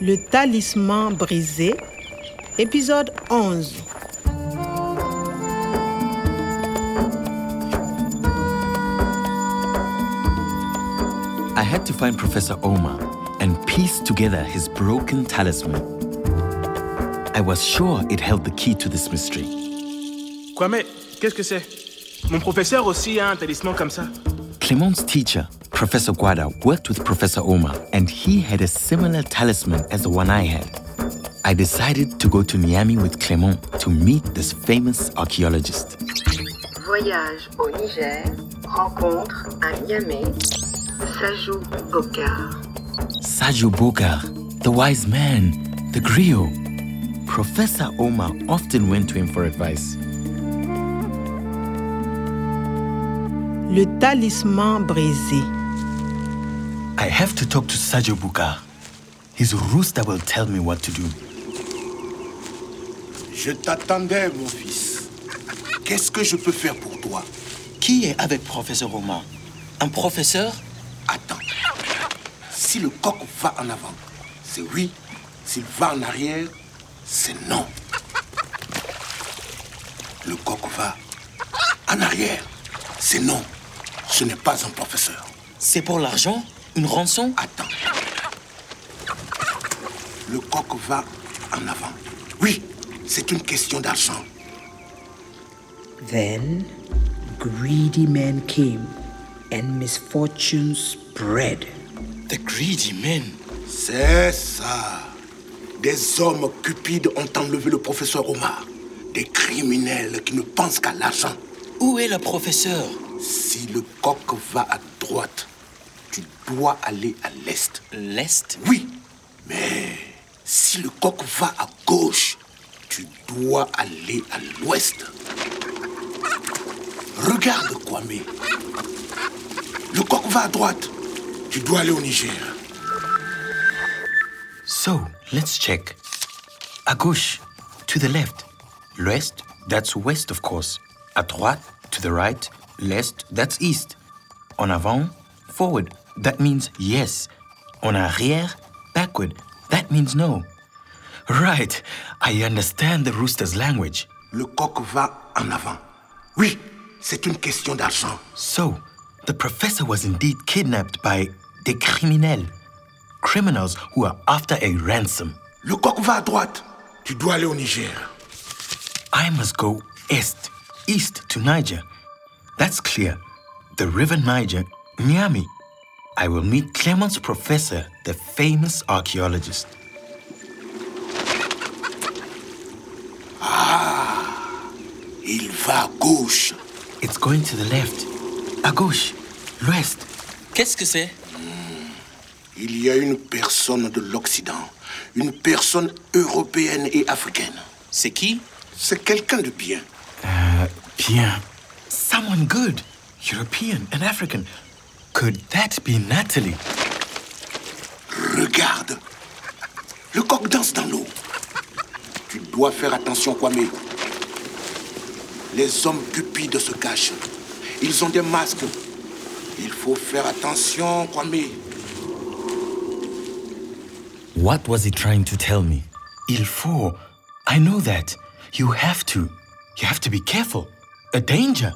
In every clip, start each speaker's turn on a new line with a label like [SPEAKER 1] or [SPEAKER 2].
[SPEAKER 1] Le talisman brisé, épisode 11.
[SPEAKER 2] I had to find Professor Omar and piece together his broken talisman. I was sure it held the key to this mystery.
[SPEAKER 3] Quoi mais qu'est-ce que c'est Mon professeur aussi a un talisman comme ça.
[SPEAKER 2] Clement's teacher, Professor Guada, worked with Professor Omar, and he had a similar talisman as the one I had. I decided to go to Niamey with Clement to meet this famous archaeologist.
[SPEAKER 4] Voyage au Niger, rencontre à Niamey, Sajou Bokar.
[SPEAKER 2] Sajou Bokar, the wise man, the griot. Professor Omar often went to him for advice.
[SPEAKER 1] Le talisman brisé.
[SPEAKER 2] I have to talk to Sajo Bukar. His rooster will tell me what to do.
[SPEAKER 5] Je t'attendais, mon fils. Qu'est-ce que je peux faire pour toi
[SPEAKER 6] Qui est avec professeur Omar Un professeur
[SPEAKER 5] Attends. Si le coq va en avant, c'est oui. S'il va en arrière, c'est non. Le coq va en arrière, c'est non. Ce n'est pas un professeur.
[SPEAKER 6] C'est pour l'argent Une rançon
[SPEAKER 5] Attends. Le coq va en avant. Oui, c'est une question d'argent.
[SPEAKER 7] Then greedy men came and misfortune spread.
[SPEAKER 6] The greedy men.
[SPEAKER 5] C'est ça. Des hommes cupides ont enlevé le professeur Omar. Des criminels qui ne pensent qu'à l'argent.
[SPEAKER 6] Où est le professeur
[SPEAKER 5] Si le coq va à droite, tu dois aller à l'est.
[SPEAKER 6] L'Est
[SPEAKER 5] Oui, mais si le coq va à gauche, tu dois aller à l'ouest. Regarde, Kwame. Le coq va à droite. Tu dois aller au Niger.
[SPEAKER 2] So let's check. À gauche, to the left. L'ouest, that's west, of course. À droite, to the right. L'est, that's east. En avant, forward. That means yes. En arrière, backward. That means no. Right. I understand the rooster's language.
[SPEAKER 5] Le coq va en avant. Oui, c'est une question d'argent.
[SPEAKER 2] So, the professor was indeed kidnapped by the criminels. Criminals who are after a ransom.
[SPEAKER 5] Le coq va à droite. Tu dois aller au Niger.
[SPEAKER 2] I must go east, east to Niger. That's clear. The river Niger, Niamey. I will meet Clemens Professor, the famous archaeologist.
[SPEAKER 5] Il va à gauche.
[SPEAKER 2] It's going to the left. À gauche, l'ouest.
[SPEAKER 6] Qu'est-ce que c'est
[SPEAKER 5] Il y a une personne de l'Occident, une personne européenne et africaine.
[SPEAKER 6] C'est qui
[SPEAKER 5] C'est quelqu'un de bien.
[SPEAKER 2] Bien. Someone good, European and African. Could that be Natalie?
[SPEAKER 5] Regarde. Le coq danse dans l'eau. Tu dois faire attention, Kwame. Les hommes cupides se cachent. Ils ont des masques. Il faut faire attention, Kwame.
[SPEAKER 2] What was he trying to tell me? Il faut. I know that. You have to. You have to be careful. A danger.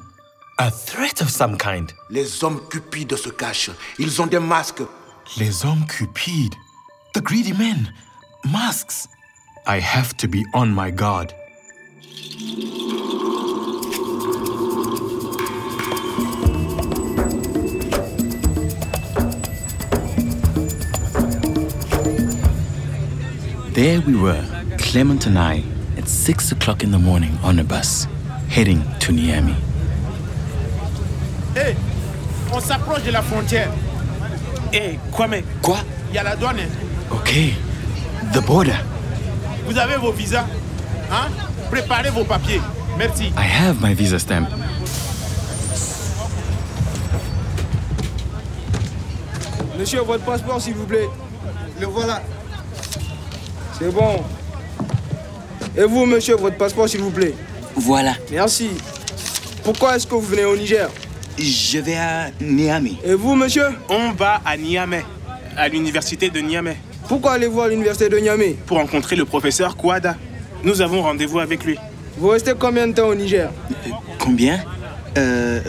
[SPEAKER 2] A threat of some kind.
[SPEAKER 5] Les hommes cupides se cachent. Ils ont des masques.
[SPEAKER 2] Les hommes cupides. The greedy men. Masks. I have to be on my guard. There we were, Clement and I, at six o'clock in the morning on a bus, heading to Niamey.
[SPEAKER 8] Hé, on s'approche de la frontière.
[SPEAKER 3] Hé, Eh, quoi mais
[SPEAKER 2] Quoi?
[SPEAKER 8] Il y a la douane. hein.
[SPEAKER 2] Okay, the border.
[SPEAKER 8] Vous avez vos visas. Hein? Préparez vos papiers. Merci.
[SPEAKER 2] I have my visa stamp.
[SPEAKER 9] Monsieur, votre passeport, s'il vous plaît. Le voilà. C'est bon. Et vous, monsieur, votre passeport, s'il vous plaît.
[SPEAKER 6] Voilà,
[SPEAKER 9] Merci. Pourquoi est-ce que vous venez au Niger
[SPEAKER 6] je vais à Niamey.
[SPEAKER 9] Et vous, monsieur
[SPEAKER 3] On va à Niamey, à l'université de Niamey.
[SPEAKER 9] Pourquoi aller voir l'université de Niamey
[SPEAKER 3] pour rencontrer le professeur Kouada. Nous avons rendez-vous avec lui.
[SPEAKER 9] Vous restez combien de temps au Niger
[SPEAKER 6] Combien Euh,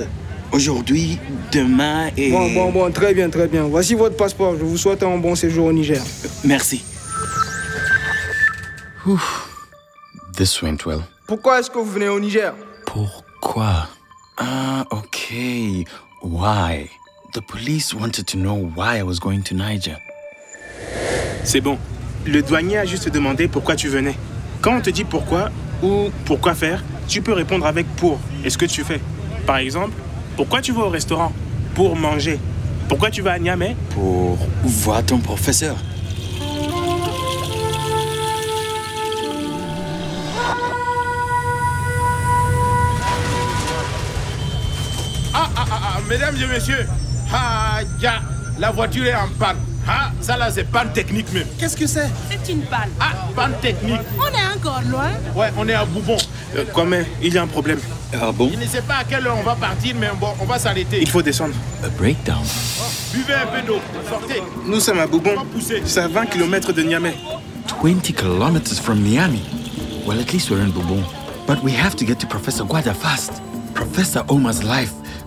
[SPEAKER 6] Aujourd'hui, demain et...
[SPEAKER 9] Bon, bon, bon, très bien, très bien. Voici votre passeport. Je vous souhaite un bon séjour au Niger.
[SPEAKER 6] Merci.
[SPEAKER 2] This went well.
[SPEAKER 9] Pourquoi est-ce que vous venez au Niger
[SPEAKER 2] Pourquoi? Ah, okay. Why? The police wanted to know why I was going to Niger.
[SPEAKER 3] C'est bon. Le douanier a juste demandé pourquoi tu venais. Quand on te dit pourquoi ou pourquoi faire, tu peux répondre avec pour et ce que tu fais. Par exemple, pourquoi tu vas au restaurant Pour manger. Pourquoi tu vas à Niamey
[SPEAKER 6] Pour voir ton professeur.
[SPEAKER 8] Ah, ah, ah, ah, mesdames et messieurs, ah, ya, la voiture est en panne. Ah, ça là, c'est panne technique même. Qu'est-ce que c'est
[SPEAKER 10] C'est une balle.
[SPEAKER 8] Ah, panne technique.
[SPEAKER 10] On est encore loin.
[SPEAKER 8] Ouais, on est à Boubon.
[SPEAKER 3] Euh, Kwame, il y a un problème.
[SPEAKER 6] Ah bon
[SPEAKER 8] Je ne sais pas à quelle heure on va partir, mais bon, on va s'arrêter.
[SPEAKER 3] Il faut descendre.
[SPEAKER 2] A breakdown?
[SPEAKER 8] Buvez un peu d'eau, sortez.
[SPEAKER 3] Nous sommes à Boubon.
[SPEAKER 8] On va pousser.
[SPEAKER 3] C'est à 20 km de Niamey.
[SPEAKER 2] 20 kilometers from Niamey. Well, at least we're in Bubon. But we have to get to Professor Guada fast. Professor Omar's life